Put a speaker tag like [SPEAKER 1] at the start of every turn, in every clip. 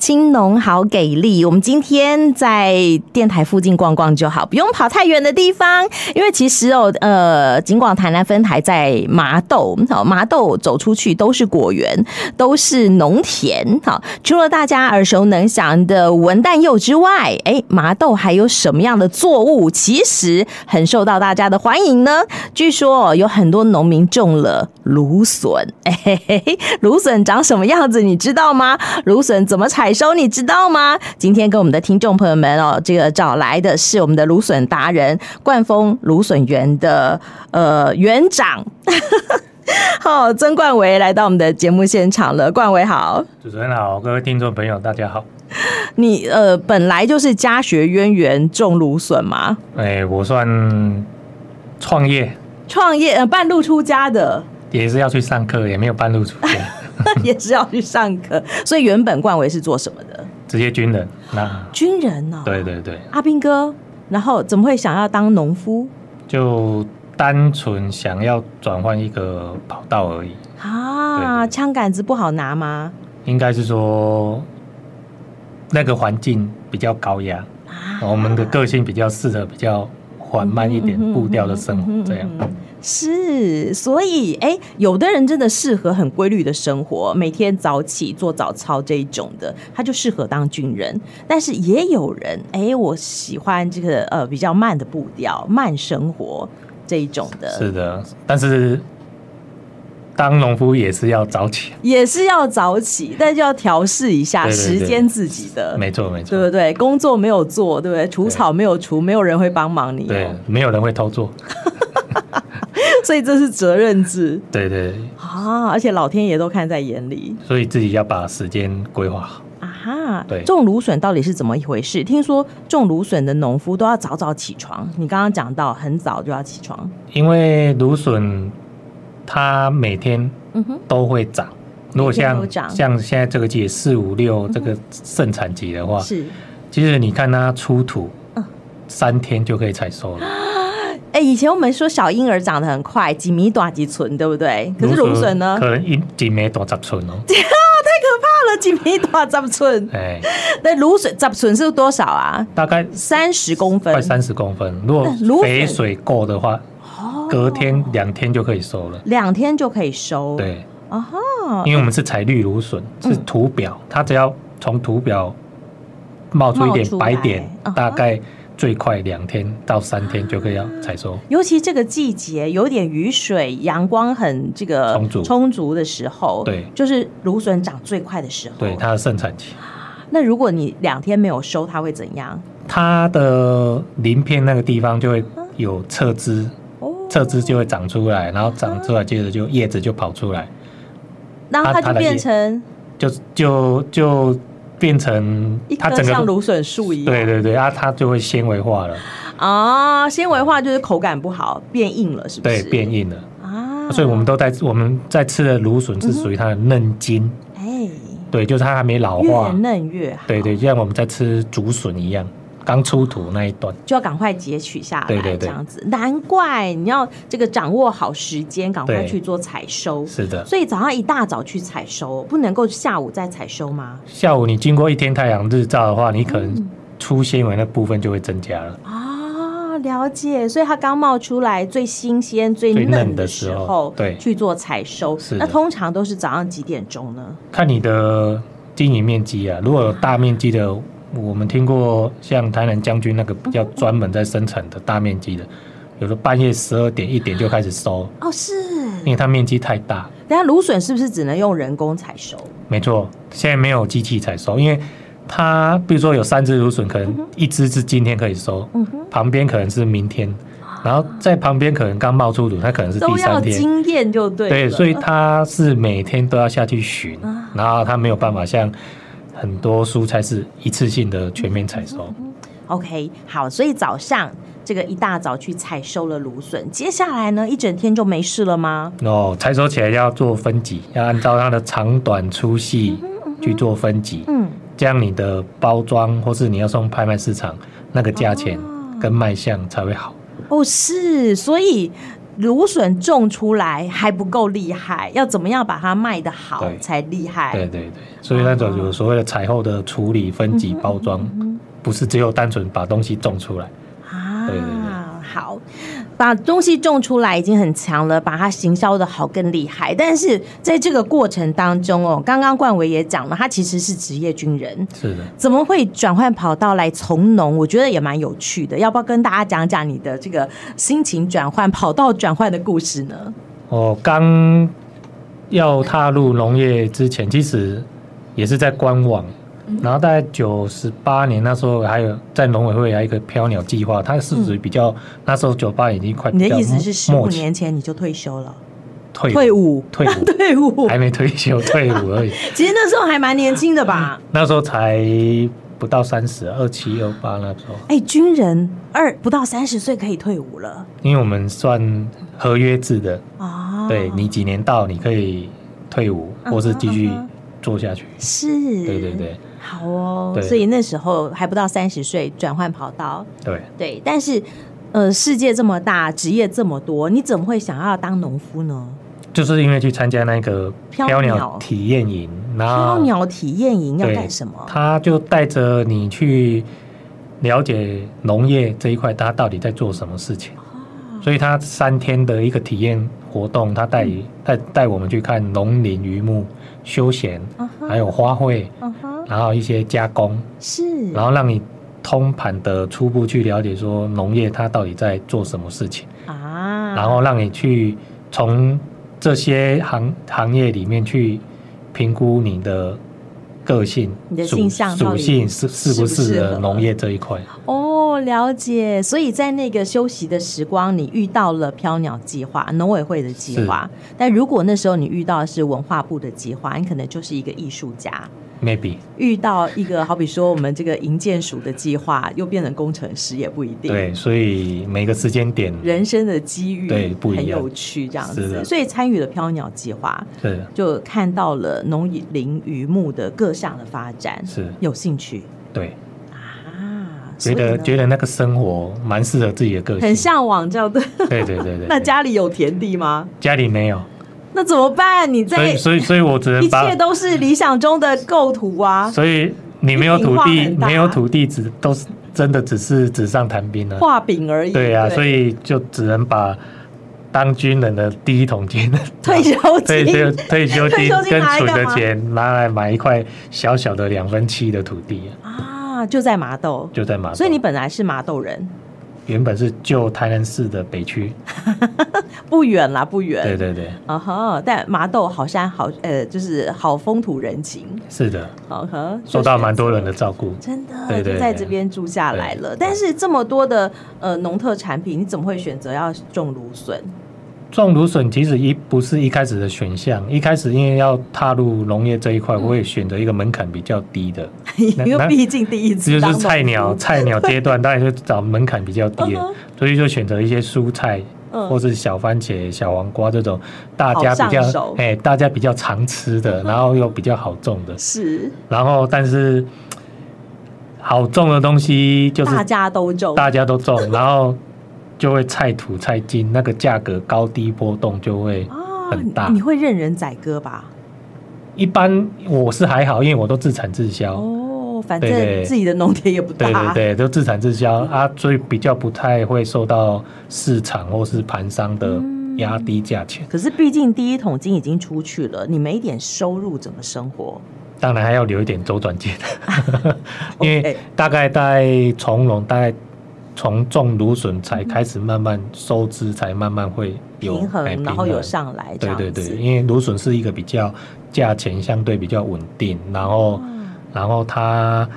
[SPEAKER 1] 青农好给力！我们今天在电台附近逛逛就好，不用跑太远的地方。因为其实哦，呃，尽管台南分台在麻豆，好，麻豆走出去都是果园，都是农田。好，除了大家耳熟能详的文旦柚之外，哎，麻豆还有什么样的作物其实很受到大家的欢迎呢？据说哦有很多农民种了芦笋， 哎嘿嘿嘿，芦笋长什么样子你知道吗？芦笋怎么采收你知道吗？今天跟我们的听众朋友们哦，这个找来的是我们的芦笋达人冠峰芦笋园的呃园长， 好，曾冠维来到我们的节目现场了，冠维好。
[SPEAKER 2] 主持人好，各位听众朋友，大家好。
[SPEAKER 1] 你呃本来就是家学渊源种芦笋嘛，
[SPEAKER 2] 哎、我算创业
[SPEAKER 1] 创业呃半路出家的
[SPEAKER 2] 也是要去上课，也没有半路出 家，
[SPEAKER 1] 也是要去上课，所以原本冠维是做什么的？
[SPEAKER 2] 职业军人。那
[SPEAKER 1] 军人呢、
[SPEAKER 2] 对对对，
[SPEAKER 1] 阿兵哥，然后怎么会想要当农夫
[SPEAKER 2] 就单纯想要转换一个跑道而已，
[SPEAKER 1] 啊？
[SPEAKER 2] 对对
[SPEAKER 1] 枪杆子不好拿吗？
[SPEAKER 2] 应该是说那个环境比较高压，
[SPEAKER 1] 啊，
[SPEAKER 2] 我们的个性比较适合比较缓慢一点
[SPEAKER 1] 嗯哼嗯
[SPEAKER 2] 步调的生活，这样。
[SPEAKER 1] 是，所以哎，有的人真的适合很规律的生活，每天早起做早操这一种的，他就适合当军人。但是也有人哎，我喜欢这个呃比较慢的步调，慢生活这一种的，
[SPEAKER 2] 是的，但是当农夫也是要早起，
[SPEAKER 1] 也是要早起，但就要调试一下
[SPEAKER 2] 对对对
[SPEAKER 1] 时间自己的，
[SPEAKER 2] 没错没
[SPEAKER 1] 对
[SPEAKER 2] 错
[SPEAKER 1] 不，对？工作没有做，对不对？除草没有除，没有人会帮忙你、
[SPEAKER 2] 对
[SPEAKER 1] 哦，，
[SPEAKER 2] 没有人会偷做。
[SPEAKER 1] 所以这是责任制
[SPEAKER 2] 对对，
[SPEAKER 1] 啊！而且老天爷都看在眼里。
[SPEAKER 2] 所以自己要把时间规划好。
[SPEAKER 1] 啊哈，
[SPEAKER 2] 对
[SPEAKER 1] 种芦笋到底是怎么一回事？听说种芦笋的农夫都要早早起床，你刚刚讲到很早就要起床，
[SPEAKER 2] 因为芦笋它每天
[SPEAKER 1] 嗯哼，
[SPEAKER 2] 都会长，如果
[SPEAKER 1] 每
[SPEAKER 2] 像
[SPEAKER 1] 天都长
[SPEAKER 2] 像现在这个季节四五六这个盛产期的话，
[SPEAKER 1] 是，
[SPEAKER 2] 其实你看它出土
[SPEAKER 1] 嗯
[SPEAKER 2] 三天就可以采收了。
[SPEAKER 1] 哎、以前我们说小婴儿长得很快，几米短几寸，对不对？可是芦笋呢，
[SPEAKER 2] 可能一几枚多十寸 哦。
[SPEAKER 1] 到了几米短十寸，
[SPEAKER 2] 哎，
[SPEAKER 1] 那芦笋十寸是多少啊？
[SPEAKER 2] 大概
[SPEAKER 1] 三十公分
[SPEAKER 2] 快，三十公分，如
[SPEAKER 1] 那芦笋
[SPEAKER 2] 果肥水够的话，
[SPEAKER 1] 哦
[SPEAKER 2] 隔天两天就可以收了。
[SPEAKER 1] 两天就可以收，，
[SPEAKER 2] 对，
[SPEAKER 1] 啊哈，嗯
[SPEAKER 2] 因为我们是采绿芦笋，是土表，它只要从土表冒出
[SPEAKER 1] 冒
[SPEAKER 2] 一
[SPEAKER 1] 出
[SPEAKER 2] 点
[SPEAKER 1] 来
[SPEAKER 2] 白点
[SPEAKER 1] 嗯，哼
[SPEAKER 2] 大概最快两天到三天就可以要采收。
[SPEAKER 1] 尤其这个季节有点雨水、阳光很这个
[SPEAKER 2] 充足
[SPEAKER 1] 充足的时候，
[SPEAKER 2] 对
[SPEAKER 1] 就是芦笋长最快的时候。
[SPEAKER 2] 对，它的盛产期，
[SPEAKER 1] 那如果你两天没有收，它会怎样？
[SPEAKER 2] 它的鳞片那个地方就会有侧枝，
[SPEAKER 1] 哦，
[SPEAKER 2] 侧枝就会长出来，然后长出来接着就叶子就跑出来，
[SPEAKER 1] 然后它
[SPEAKER 2] 它
[SPEAKER 1] 就变成
[SPEAKER 2] 就就就变成
[SPEAKER 1] 一
[SPEAKER 2] 它
[SPEAKER 1] 棵
[SPEAKER 2] 整
[SPEAKER 1] 像
[SPEAKER 2] 个。
[SPEAKER 1] 芦笋树一样。
[SPEAKER 2] 对对对，啊，它就会纤维化了，
[SPEAKER 1] 啊，纤维化就是口感不好，变硬了，是不
[SPEAKER 2] 对
[SPEAKER 1] 是？，
[SPEAKER 2] 变硬了。
[SPEAKER 1] 啊，
[SPEAKER 2] 所以我们都在我们在吃的芦
[SPEAKER 1] 嗯
[SPEAKER 2] 笋是属于它的嫩筋，
[SPEAKER 1] 哎，
[SPEAKER 2] 对，就是它还没老
[SPEAKER 1] 越
[SPEAKER 2] 化，
[SPEAKER 1] 嫩越好，
[SPEAKER 2] 对对，就像我们在吃竹笋一样，刚出土那一段，
[SPEAKER 1] 就要赶快截取下来，
[SPEAKER 2] 对对
[SPEAKER 1] 这
[SPEAKER 2] 对
[SPEAKER 1] 样子。难怪你要这个掌握好时间，赶快
[SPEAKER 2] 对
[SPEAKER 1] 去做采收。
[SPEAKER 2] 是的。
[SPEAKER 1] 所以早上一大早去采收，不能够下午再采收吗？
[SPEAKER 2] 下午你经过一天太阳日照的话，你可
[SPEAKER 1] 嗯
[SPEAKER 2] 能粗纤维那部分就会增加了，
[SPEAKER 1] 啊，了解。所以它刚冒出来最新鲜、最
[SPEAKER 2] 最嫩
[SPEAKER 1] 嫩的
[SPEAKER 2] 的
[SPEAKER 1] 时
[SPEAKER 2] 时候
[SPEAKER 1] 候，
[SPEAKER 2] 对
[SPEAKER 1] 去做采收。
[SPEAKER 2] 是
[SPEAKER 1] 那
[SPEAKER 2] 的
[SPEAKER 1] 通常都是早上几点钟呢？
[SPEAKER 2] 看你的经营面积啊。如果有大面积的，我们听过像台南将军那个比较专门在生产的大面积的，有的半夜十二点一点就开始收，
[SPEAKER 1] 哦，是。
[SPEAKER 2] 因为它面积太大。
[SPEAKER 1] 等下芦笋是不是只能用人工采收？
[SPEAKER 2] 没错，现在没有机器采收，因为它比如说有三只芦笋，可能一只是今天可以收，
[SPEAKER 1] 嗯哼，
[SPEAKER 2] 旁边可能是明天，然后在旁边可能刚冒出土，它可能是
[SPEAKER 1] 都
[SPEAKER 2] 第
[SPEAKER 1] 要
[SPEAKER 2] 三天。
[SPEAKER 1] 经验就对了。
[SPEAKER 2] 对，所以它是每天都要下去巡
[SPEAKER 1] 啊，
[SPEAKER 2] 然后它没有办法像很多蔬菜是一次性的全面采收。
[SPEAKER 1] 嗯 OK，好，所以早上这个一大早去采收了芦笋，接下来呢，一整天就没事了吗？
[SPEAKER 2] 哦，采收起来要做分级，要按照它的长短粗细去做分级，
[SPEAKER 1] 嗯，
[SPEAKER 2] 这样你的包装或是你要送拍卖市场那个价钱
[SPEAKER 1] 哦
[SPEAKER 2] 跟卖相才会好。
[SPEAKER 1] 哦，是，所以芦笋种出来还不够厉害，要怎么样把它卖得好
[SPEAKER 2] 对
[SPEAKER 1] 才厉
[SPEAKER 2] 对
[SPEAKER 1] 害？
[SPEAKER 2] 对对，所以那种有所谓的采后的处理、分级、包
[SPEAKER 1] 嗯
[SPEAKER 2] 装，不是只有单纯把东西种出来。
[SPEAKER 1] 啊
[SPEAKER 2] 对对对
[SPEAKER 1] 好，把东西种出来已经很强了，把它行销的好更厉害。但是在这个过程当中哦，刚刚冠伟也讲了，他其实是职业军人，
[SPEAKER 2] 是的，
[SPEAKER 1] 怎么会转换跑道来从农？我觉得也蛮有趣的，要不要跟大家讲讲你的这个心情转换、跑道转换的故事呢？
[SPEAKER 2] 我哦刚要踏入农业之前，其实也是在观望。
[SPEAKER 1] 嗯
[SPEAKER 2] 然后大概九十八年那时候，还有在农委会还有一个飘鸟计划，它是属于比较、那时候九八已经快
[SPEAKER 1] 嗯你的
[SPEAKER 2] 比较
[SPEAKER 1] 意思是十
[SPEAKER 2] 呃末
[SPEAKER 1] 五
[SPEAKER 2] 期
[SPEAKER 1] 年前你就退休了？
[SPEAKER 2] 退
[SPEAKER 1] 退伍，
[SPEAKER 2] 退伍
[SPEAKER 1] 退伍。
[SPEAKER 2] 还没退休，退伍而已。
[SPEAKER 1] 其实那时候还蛮年轻的吧？
[SPEAKER 2] 那时候才不到三十，啊二七二八那时候，
[SPEAKER 1] 哎，军人二不到三十岁可以退伍了
[SPEAKER 2] 因为我们算合约制的，
[SPEAKER 1] 啊！
[SPEAKER 2] 对你几年到你可以退伍，
[SPEAKER 1] 嗯哼
[SPEAKER 2] 或是继续
[SPEAKER 1] 嗯哼
[SPEAKER 2] 做下去。
[SPEAKER 1] 是，
[SPEAKER 2] 对对，对
[SPEAKER 1] 好哦。
[SPEAKER 2] 对
[SPEAKER 1] 所以那时候还不到三十岁转换跑道，
[SPEAKER 2] 对，
[SPEAKER 1] 对，但是。呃，世界这么大，职业这么多，你怎么会想要当农夫呢？
[SPEAKER 2] 就是因为去参加那个
[SPEAKER 1] 飘
[SPEAKER 2] 飘
[SPEAKER 1] 鸟
[SPEAKER 2] 鸟体验营，然
[SPEAKER 1] 飘
[SPEAKER 2] 后
[SPEAKER 1] 鸟体验营要
[SPEAKER 2] 对
[SPEAKER 1] 干什么？
[SPEAKER 2] 他就带着你去了解农业这一块，他到底在做什么事情。
[SPEAKER 1] 哦
[SPEAKER 2] 所以他三天的一个体验活动，他带
[SPEAKER 1] 嗯
[SPEAKER 2] 带带我们去看农林渔牧、休闲，
[SPEAKER 1] 嗯哼
[SPEAKER 2] 还有花卉，
[SPEAKER 1] 嗯哼，
[SPEAKER 2] 然后一些加工，
[SPEAKER 1] 是，
[SPEAKER 2] 然后让你通盘的初步去了解说农业它到底在做什么事情，
[SPEAKER 1] 啊，
[SPEAKER 2] 然后让你去从这些行行业里面去评估你的个性、
[SPEAKER 1] 你的
[SPEAKER 2] 属
[SPEAKER 1] 性向到
[SPEAKER 2] 属
[SPEAKER 1] 底
[SPEAKER 2] 性是
[SPEAKER 1] 适
[SPEAKER 2] 是不
[SPEAKER 1] 不适
[SPEAKER 2] 是
[SPEAKER 1] 合
[SPEAKER 2] 的农业这一块。
[SPEAKER 1] 哦，了解。所以在那个休息的时光，你遇到了飘鸟计划、农委会的计划。但如果那时候你遇到的是文化部的计划，你可能就是一个艺术家。
[SPEAKER 2] maybe
[SPEAKER 1] 遇到一个好比说我们这个营建署的计划，又变成工程师也不一定。
[SPEAKER 2] 对，所以每个时间点
[SPEAKER 1] 人生的机遇
[SPEAKER 2] 对不一
[SPEAKER 1] 很
[SPEAKER 2] 样
[SPEAKER 1] 有趣，这样
[SPEAKER 2] 是
[SPEAKER 1] 子。
[SPEAKER 2] 的
[SPEAKER 1] 所以参与了飘鸟计划，
[SPEAKER 2] 是
[SPEAKER 1] 就看到了农林渔牧的各项的发展，
[SPEAKER 2] 是
[SPEAKER 1] 有兴趣
[SPEAKER 2] 对，
[SPEAKER 1] 啊。所
[SPEAKER 2] 觉
[SPEAKER 1] 以
[SPEAKER 2] 得
[SPEAKER 1] 呢
[SPEAKER 2] 觉得那个生活蛮适合自己的个性，
[SPEAKER 1] 很向往这样的。
[SPEAKER 2] 对对对对。
[SPEAKER 1] 那
[SPEAKER 2] 对
[SPEAKER 1] 家里有田地吗？
[SPEAKER 2] 家里没有，
[SPEAKER 1] 那怎么办？你
[SPEAKER 2] 所以
[SPEAKER 1] 在
[SPEAKER 2] 所以所以我只
[SPEAKER 1] 一
[SPEAKER 2] 能把
[SPEAKER 1] 切都是理想中的构图啊，
[SPEAKER 2] 所以你没有土
[SPEAKER 1] 一
[SPEAKER 2] 地，
[SPEAKER 1] 平化很
[SPEAKER 2] 没有
[SPEAKER 1] 大啊
[SPEAKER 2] 土地，只都是真的只是纸上谈兵了。
[SPEAKER 1] 画饼而已。
[SPEAKER 2] 对啊，所
[SPEAKER 1] 以
[SPEAKER 2] 以就只能把当军人的第一桶金、
[SPEAKER 1] 退休
[SPEAKER 2] 退休
[SPEAKER 1] 金
[SPEAKER 2] 退休
[SPEAKER 1] 退
[SPEAKER 2] 金
[SPEAKER 1] 休金
[SPEAKER 2] 跟
[SPEAKER 1] 拿来
[SPEAKER 2] 存
[SPEAKER 1] 干
[SPEAKER 2] 的
[SPEAKER 1] 嘛
[SPEAKER 2] 钱拿来买一块小小的两分七的土地啊，
[SPEAKER 1] 啊，就在麻豆。
[SPEAKER 2] 就在马祖。
[SPEAKER 1] 所以你本来是麻豆人，
[SPEAKER 2] 原本是旧台南市的北区，
[SPEAKER 1] 不远啦，不远。
[SPEAKER 2] 对。对对，
[SPEAKER 1] 啊哈，但麻豆好山好，呃，就是好风土人情，
[SPEAKER 2] 是的，
[SPEAKER 1] 啊哈，
[SPEAKER 2] 受到蛮多人的照顾。
[SPEAKER 1] 真的
[SPEAKER 2] 对对对
[SPEAKER 1] 就在这边住下来了。但是这么多的呃农特产品，你怎么会选择要种芦笋？
[SPEAKER 2] 种芦笋其实一不是一开始的选项，一开始因为要踏入农业这一
[SPEAKER 1] 嗯
[SPEAKER 2] 块，我会选择一个门槛比较低的，那
[SPEAKER 1] 因为
[SPEAKER 2] 那
[SPEAKER 1] 毕竟第一次
[SPEAKER 2] 就
[SPEAKER 1] 当
[SPEAKER 2] 是
[SPEAKER 1] 农
[SPEAKER 2] 菜鸟
[SPEAKER 1] 夫
[SPEAKER 2] 菜鸟阶段，当然就找门槛比较低
[SPEAKER 1] 嗯哼
[SPEAKER 2] 的，所以就选择一些蔬菜
[SPEAKER 1] 嗯
[SPEAKER 2] 或是小番茄、小黄瓜这种大家比
[SPEAKER 1] 好上
[SPEAKER 2] 较
[SPEAKER 1] 手嗯
[SPEAKER 2] 哎大家比较常吃的，然后又比较好种的，
[SPEAKER 1] 是
[SPEAKER 2] 然后但是好种的东西就是
[SPEAKER 1] 大家都种，
[SPEAKER 2] 大家都种，然后就会菜土菜金，那个价格高低波动就会
[SPEAKER 1] 啊
[SPEAKER 2] 很大
[SPEAKER 1] 你。你会任人宰割吧？
[SPEAKER 2] 一般我是还好，因为我都自产自销。
[SPEAKER 1] 哦，反
[SPEAKER 2] 对
[SPEAKER 1] 正
[SPEAKER 2] 对
[SPEAKER 1] 自己的农田也不大，
[SPEAKER 2] 对对对，都自产自销啊，所以比较不太会受到市场或是盘商的
[SPEAKER 1] 嗯
[SPEAKER 2] 压低价钱。
[SPEAKER 1] 可是毕竟第一桶金已经出去了，你没一点收入怎么生活？
[SPEAKER 2] 当然还要留一点周 转金，因
[SPEAKER 1] OK
[SPEAKER 2] 为大概在从容，大概从种芦笋才开始慢慢收支，才慢慢会有
[SPEAKER 1] 嗯平衡
[SPEAKER 2] 哎，
[SPEAKER 1] 然后有
[SPEAKER 2] 衡
[SPEAKER 1] 上来这
[SPEAKER 2] 对
[SPEAKER 1] 样子。
[SPEAKER 2] 对对，因为芦笋是一个比较价钱相对比较稳定，然后、然后它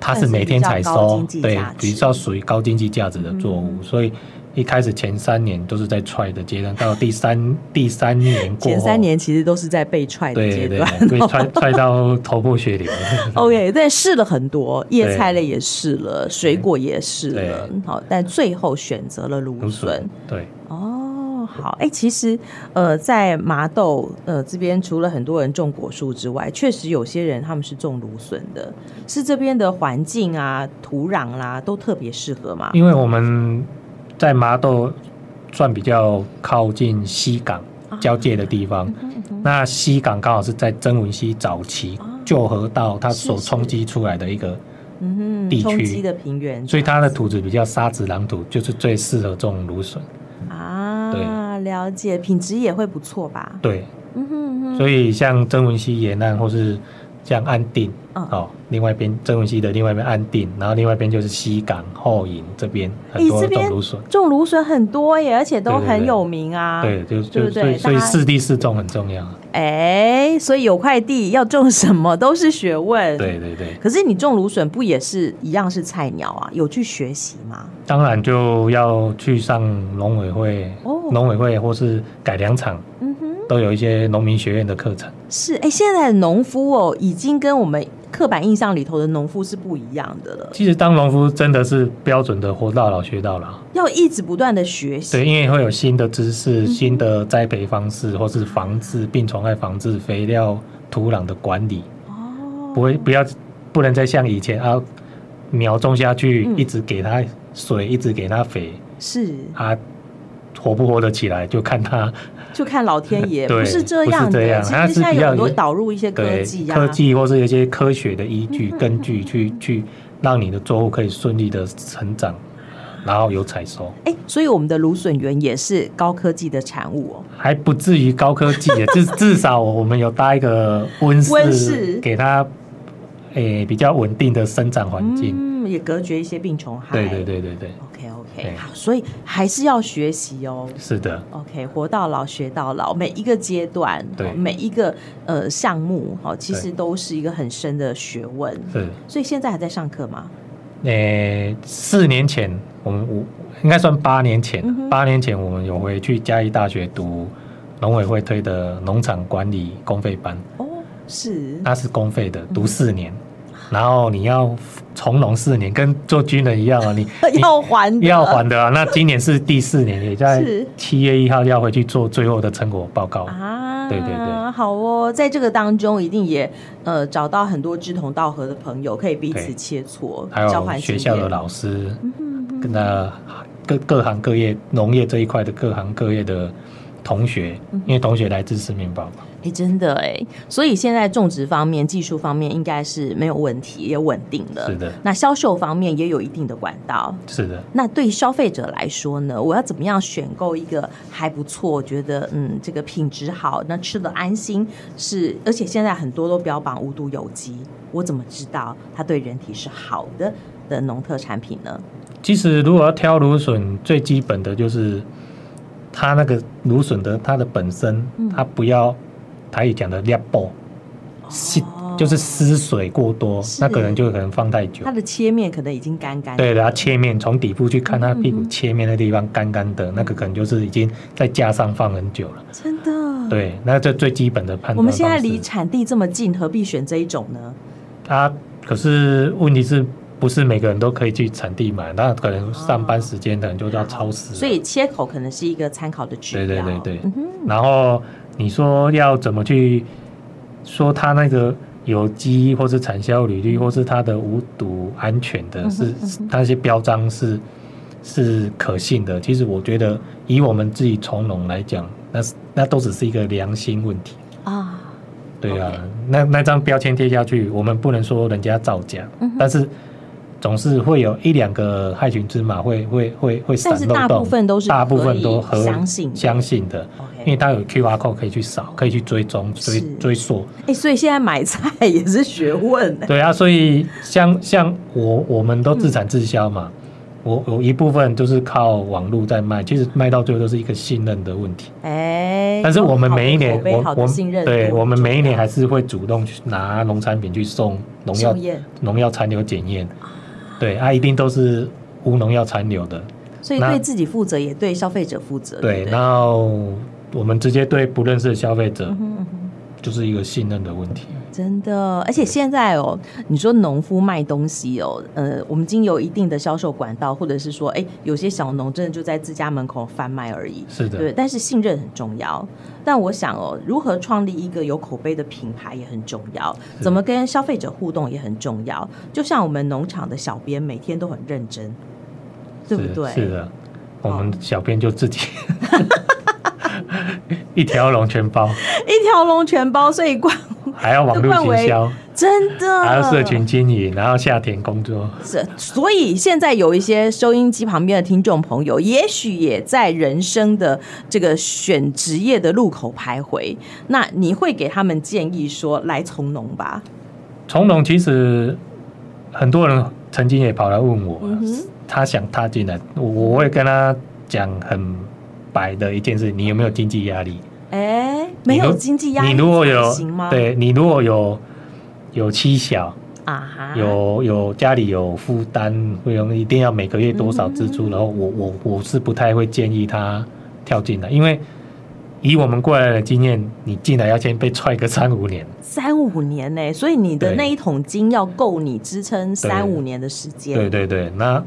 [SPEAKER 2] 它是每天采
[SPEAKER 1] 算是比较
[SPEAKER 2] 收
[SPEAKER 1] 高经济，
[SPEAKER 2] 对
[SPEAKER 1] 价值，
[SPEAKER 2] 比较属于高经济价值的作物，所以一开始前三年都是在踹的阶段，到第三第三年过后，
[SPEAKER 1] 前三年其实都是在被踹的阶
[SPEAKER 2] 对对
[SPEAKER 1] 段。
[SPEAKER 2] 对，被踹踹到头破血流。
[SPEAKER 1] OK，但试了很多，叶菜类也试了，水果也试了，好，但最后选择了芦
[SPEAKER 2] 芦
[SPEAKER 1] 笋
[SPEAKER 2] 笋。，对，
[SPEAKER 1] 哦，好，哎、其实呃，在麻豆呃这边，除了很多人种果树之外，确实有些人他们是种芦笋的，是这边的环境啊、土壤啦、都特别适合嘛。
[SPEAKER 2] 因为我们在麻豆算比较靠近西港交界的地方。那西港刚好是在曾文溪早期
[SPEAKER 1] 哦
[SPEAKER 2] 旧河道它
[SPEAKER 1] 是
[SPEAKER 2] 所
[SPEAKER 1] 是
[SPEAKER 2] 冲击出来的一个，
[SPEAKER 1] 嗯哼
[SPEAKER 2] 地区
[SPEAKER 1] 冲击的平原，
[SPEAKER 2] 所以它的土质比较沙质壤土，就是最适合种芦笋。
[SPEAKER 1] 啊，了解，品质也会不错吧？
[SPEAKER 2] 对，
[SPEAKER 1] 嗯哼嗯哼，
[SPEAKER 2] 所以像曾文溪沿岸或是像安定，
[SPEAKER 1] 嗯
[SPEAKER 2] 哦，另外一边曾文溪的另外一边安定，然后另外一边就是西港后营这边很
[SPEAKER 1] 诶
[SPEAKER 2] 多
[SPEAKER 1] 这
[SPEAKER 2] 种
[SPEAKER 1] 边
[SPEAKER 2] 芦笋。
[SPEAKER 1] 种芦笋很多耶，而且都
[SPEAKER 2] 对对对
[SPEAKER 1] 很有名啊。
[SPEAKER 2] 对，
[SPEAKER 1] 对
[SPEAKER 2] 就就
[SPEAKER 1] 不对
[SPEAKER 2] 所以所以
[SPEAKER 1] 大家
[SPEAKER 2] 适地适种很重要。
[SPEAKER 1] 哎，所以有块地要种什么都是学问。。
[SPEAKER 2] 对对对，
[SPEAKER 1] 可是你种芦笋不也是一样是菜鸟啊？有去学习吗？
[SPEAKER 2] 当然就要去上农委会
[SPEAKER 1] 哦、
[SPEAKER 2] 农委会或是改良场，
[SPEAKER 1] 嗯哼，
[SPEAKER 2] 都有一些农民学院的课程。
[SPEAKER 1] 是哎，现在的农夫哦，已经跟我们刻板印象里头的农夫是不一样的了，
[SPEAKER 2] 其实当农夫真的是标准的活到老学到老，
[SPEAKER 1] 要一直不断的学习。
[SPEAKER 2] 对，因为会有新的知
[SPEAKER 1] 嗯
[SPEAKER 2] 识、新的栽培方式，或是防治病虫害、防治肥料、土壤的管理，
[SPEAKER 1] 哦，
[SPEAKER 2] 不会不要不能再像以前啊，苗种下去
[SPEAKER 1] 嗯
[SPEAKER 2] 一直给它水，一直给它肥，
[SPEAKER 1] 是，
[SPEAKER 2] 啊，活不活得起来就看它
[SPEAKER 1] 就看老天 爷，
[SPEAKER 2] 对
[SPEAKER 1] 不是这样
[SPEAKER 2] 不是
[SPEAKER 1] 的。
[SPEAKER 2] 这样
[SPEAKER 1] 其
[SPEAKER 2] 它
[SPEAKER 1] 实
[SPEAKER 2] 是
[SPEAKER 1] 现在
[SPEAKER 2] 比
[SPEAKER 1] 有
[SPEAKER 2] 较
[SPEAKER 1] 很多导入一些科
[SPEAKER 2] 对
[SPEAKER 1] 技啊，
[SPEAKER 2] 科技或是有一些科学的依据
[SPEAKER 1] 嗯哼
[SPEAKER 2] 根据去去让你的作物可以顺利的成长，然后有采收。
[SPEAKER 1] 哎、所以我们的芦笋园也是高科技的产物哦。
[SPEAKER 2] 还不至于高科技的， 至至少我们有搭一个温室，
[SPEAKER 1] 温室
[SPEAKER 2] 给它诶、比较稳定的生长环境。
[SPEAKER 1] 嗯，也隔绝一些病虫害。
[SPEAKER 2] 对对。对对对，
[SPEAKER 1] OK OK，
[SPEAKER 2] 对
[SPEAKER 1] 好，所以还是要学习哦。
[SPEAKER 2] 是的，
[SPEAKER 1] OK，活到老学到老，每一个阶段，
[SPEAKER 2] 对
[SPEAKER 1] 哦每一个呃项目，哦，其实
[SPEAKER 2] 对
[SPEAKER 1] 都是一个很深的学问。
[SPEAKER 2] 是
[SPEAKER 1] 所以现在还在上课吗？
[SPEAKER 2] 诶，四、年前我们我应该算八年前
[SPEAKER 1] 嗯哼，
[SPEAKER 2] 八、年前我们有回去嘉义大学读农委会推的农场管理公费班，
[SPEAKER 1] 哦，是
[SPEAKER 2] 它是公费
[SPEAKER 1] 嗯
[SPEAKER 2] 的，读四年。然后你要从农四年，跟做军人一样 啊，你你
[SPEAKER 1] 要还的
[SPEAKER 2] 要还的啊。那今年是第四年，也在
[SPEAKER 1] 是
[SPEAKER 2] 七月一号要回去做最后的成果报告。
[SPEAKER 1] 啊，
[SPEAKER 2] 对对对，
[SPEAKER 1] 好哦，在这个当中一定也呃找到很多志同道合的朋友，可以彼此
[SPEAKER 2] 对
[SPEAKER 1] 切磋，
[SPEAKER 2] 还
[SPEAKER 1] 交
[SPEAKER 2] 有
[SPEAKER 1] 换
[SPEAKER 2] 学
[SPEAKER 1] 经
[SPEAKER 2] 校的
[SPEAKER 1] 验
[SPEAKER 2] 老师，
[SPEAKER 1] 嗯嗯
[SPEAKER 2] 跟那各各行各业农业这一块的各行各业的同学，
[SPEAKER 1] 嗯
[SPEAKER 2] 因为同学来自四面八方。
[SPEAKER 1] 哎、真的哎，所以现在种植方面、技术方面应该是没有问题，也稳定了。
[SPEAKER 2] 是的
[SPEAKER 1] 那销售方面也有一定的管道。
[SPEAKER 2] 是的，
[SPEAKER 1] 那对消费者来说呢，我要怎么样选购一个还不错，我觉得嗯，这个品质好，那吃的安心是，而且现在很多都标榜无毒有机，我怎么知道它对人体是好的的农特产品呢？
[SPEAKER 2] 其实如果要挑芦笋，最基本的就是它那个芦笋的它的本身，
[SPEAKER 1] 嗯
[SPEAKER 2] 它不要台语讲的裂
[SPEAKER 1] 哦
[SPEAKER 2] 爆，是就是失水过多，
[SPEAKER 1] 是
[SPEAKER 2] 那可能就可能放太久
[SPEAKER 1] 它。的切面可能已经干干的，
[SPEAKER 2] 对的，它切面从底部去看它屁股切面的地方干干的，那个可能就是已经在架上放很久了。
[SPEAKER 1] 真的。
[SPEAKER 2] 对，那这最基本的判断
[SPEAKER 1] 嗯我
[SPEAKER 2] 方
[SPEAKER 1] 们
[SPEAKER 2] 式。
[SPEAKER 1] 现在离产地这么近，何必选这一种呢？
[SPEAKER 2] 啊，可是问题是不是每个人都可以去产地买？那可能上班时间可能就到超市了。
[SPEAKER 1] 所以切口可能是一个参考的指
[SPEAKER 2] 对对
[SPEAKER 1] 标。
[SPEAKER 2] 对对
[SPEAKER 1] 嗯哼，
[SPEAKER 2] 然后你说要怎么去说它那个有机或是产销履历，或是它的无毒安全的，是它那些标章是是可信的。其实我觉得，以我们自己从农来讲，那是那都只是一个良心问题。
[SPEAKER 1] 啊，
[SPEAKER 2] 对啊
[SPEAKER 1] OK
[SPEAKER 2] 那那张标签贴下去，我们不能说人家造假，
[SPEAKER 1] 嗯
[SPEAKER 2] 但是总是会有一两个害群之马会会会会闪
[SPEAKER 1] 但是
[SPEAKER 2] 漏
[SPEAKER 1] 大
[SPEAKER 2] 洞
[SPEAKER 1] 部分都是
[SPEAKER 2] 大部
[SPEAKER 1] 可
[SPEAKER 2] 分
[SPEAKER 1] 以
[SPEAKER 2] 都合
[SPEAKER 1] 相信的
[SPEAKER 2] 相信的
[SPEAKER 1] OK
[SPEAKER 2] 因为它有 QR code 可以去扫，可以去追踪追
[SPEAKER 1] 是
[SPEAKER 2] 追溯。
[SPEAKER 1] 哎、所以现在买菜也是学问、
[SPEAKER 2] 对啊，所以像像我我们都自产自销嘛，
[SPEAKER 1] 嗯
[SPEAKER 2] 我我一部分就是靠网络在卖，其实卖到最后都是一个信任的问题。
[SPEAKER 1] 哎、
[SPEAKER 2] 但是我们每一年
[SPEAKER 1] 口，碑
[SPEAKER 2] 我
[SPEAKER 1] 好的
[SPEAKER 2] 我
[SPEAKER 1] 信任度
[SPEAKER 2] 对我们每一年还
[SPEAKER 1] 是
[SPEAKER 2] 是会主动去拿农产品去送农药
[SPEAKER 1] 送验
[SPEAKER 2] 农药残留检验，对，啊，一定都是无农药残留的，
[SPEAKER 1] 所以
[SPEAKER 2] 那
[SPEAKER 1] 对自己负责，也对消费者负责。
[SPEAKER 2] 对。
[SPEAKER 1] 不
[SPEAKER 2] 然后我们直接对不认识的消费者
[SPEAKER 1] 嗯，哼嗯哼
[SPEAKER 2] 就是一个信任的问题。
[SPEAKER 1] 真的，而且现在哦，你说农夫卖东西哦，呃，我们已经有一定的销售管道，或者是说，哎，有些小农真的就在自家门口贩卖而已。
[SPEAKER 2] 是的
[SPEAKER 1] 对，但是信任很重要。但我想哦，如何创立一个有口碑的品牌也很重要，怎么跟消费者互动也很重要。就像我们农场的小编每天都很认真，对不对？
[SPEAKER 2] 是是的，我们小编就自己 一条龙全包，
[SPEAKER 1] 一条龙全包，所以冠
[SPEAKER 2] 还要网络行 销，
[SPEAKER 1] 真的
[SPEAKER 2] 还要啊社群经营，然后下田工作，
[SPEAKER 1] 是，所以现在有一些收音机旁边的听众朋友，也许也在人生的这个选职业的路口徘徊。那你会给他们建议说，来从农吧？
[SPEAKER 2] 从农其实很多人曾经也跑来问我，
[SPEAKER 1] 嗯哼
[SPEAKER 2] 他想踏进来，我我会跟他讲很白的一件事：你有没有经济压力？
[SPEAKER 1] 哎，没有
[SPEAKER 2] 你如
[SPEAKER 1] 经济压力，
[SPEAKER 2] 你如果有
[SPEAKER 1] 行吗？
[SPEAKER 2] 对你如果有有妻小，
[SPEAKER 1] 啊哈，
[SPEAKER 2] 有有家里有负担，会用一定要每个月多少支
[SPEAKER 1] 嗯
[SPEAKER 2] 出，然后我我我是不太会建议他跳进来，因为以我们过来的经验，你进来要先被踹个三五年，
[SPEAKER 1] 三五年呢、所以你的
[SPEAKER 2] 对
[SPEAKER 1] 那一桶金要够你支撑三五年的时间。
[SPEAKER 2] 对对对，那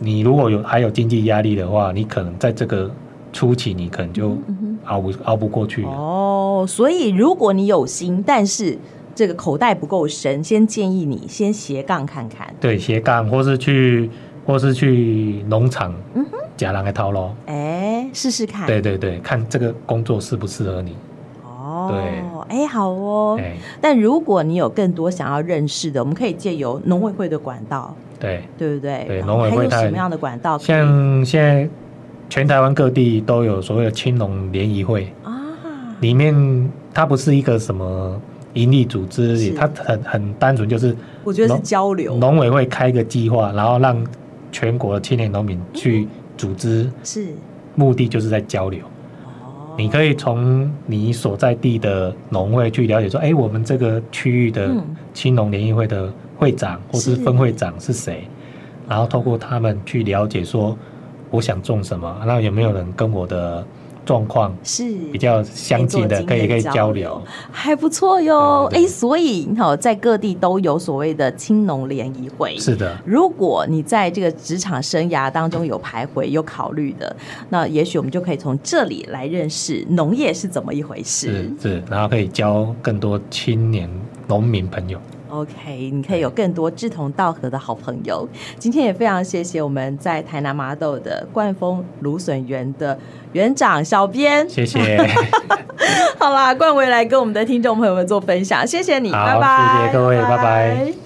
[SPEAKER 2] 你如果有还有经济压力的话，你可能在这个初期你可能就
[SPEAKER 1] 嗯哼
[SPEAKER 2] 熬不熬不过去，啊
[SPEAKER 1] 哦，所以如果你有心，但是这个口袋不够深，先建议你先斜杠看看。
[SPEAKER 2] 对斜杠或是去或是去农场
[SPEAKER 1] 嗯，
[SPEAKER 2] 假狼来套咯。
[SPEAKER 1] 哎，试试看。
[SPEAKER 2] 对对对，看这个工作适不适合你。
[SPEAKER 1] 哦，哎，好哦。
[SPEAKER 2] 哎，
[SPEAKER 1] 但如果你有更多想要认识的，我们可以借由农委会的管道，
[SPEAKER 2] 对，
[SPEAKER 1] 对不对？
[SPEAKER 2] 对
[SPEAKER 1] 然后
[SPEAKER 2] 农委
[SPEAKER 1] 还
[SPEAKER 2] 会
[SPEAKER 1] 有
[SPEAKER 2] 它
[SPEAKER 1] 什么样的管道可以？
[SPEAKER 2] 像现在全台湾各地都有所谓的青农联谊会，
[SPEAKER 1] 啊，
[SPEAKER 2] 里面它不是一个什么盈利组织而已，
[SPEAKER 1] 是
[SPEAKER 2] 它很很单纯，就是
[SPEAKER 1] 我觉得是
[SPEAKER 2] 农
[SPEAKER 1] 交流，
[SPEAKER 2] 农委会开一个计划，然后让全国的青年农民去组织，
[SPEAKER 1] 是。
[SPEAKER 2] 目的就是在交流。
[SPEAKER 1] 哦
[SPEAKER 2] 你可以从你所在地的农会去了解，说，哎、我们这个区域的
[SPEAKER 1] 嗯
[SPEAKER 2] 青农联谊会的会长或是
[SPEAKER 1] 是
[SPEAKER 2] 分会长是谁，然后透过他们去了解说，我想种什么，那有没有人跟我的状况
[SPEAKER 1] 是
[SPEAKER 2] 比较相近的，
[SPEAKER 1] 可
[SPEAKER 2] 可
[SPEAKER 1] 以做经验
[SPEAKER 2] 以可以
[SPEAKER 1] 交
[SPEAKER 2] 交流
[SPEAKER 1] 流。还不错哟。
[SPEAKER 2] 对
[SPEAKER 1] 哎，
[SPEAKER 2] 对
[SPEAKER 1] 所以哈，在各地都有所谓的青农联谊会。
[SPEAKER 2] 是的，
[SPEAKER 1] 如果你在这个职场生涯当中有徘徊、有考虑的，那也许我们就可以从这里来认识农业是怎么一回事
[SPEAKER 2] 是。是，然后可以交更多青年农民朋友。
[SPEAKER 1] OK，你可以有更多志同道合的好朋友。今天也非常谢谢我们在台南麻豆的冠峰芦笋园的园长、小编。
[SPEAKER 2] 谢谢，
[SPEAKER 1] 好啦，冠维来跟我们的听众朋友们做分享，谢谢你，
[SPEAKER 2] 好
[SPEAKER 1] 拜拜，
[SPEAKER 2] 谢谢各位拜拜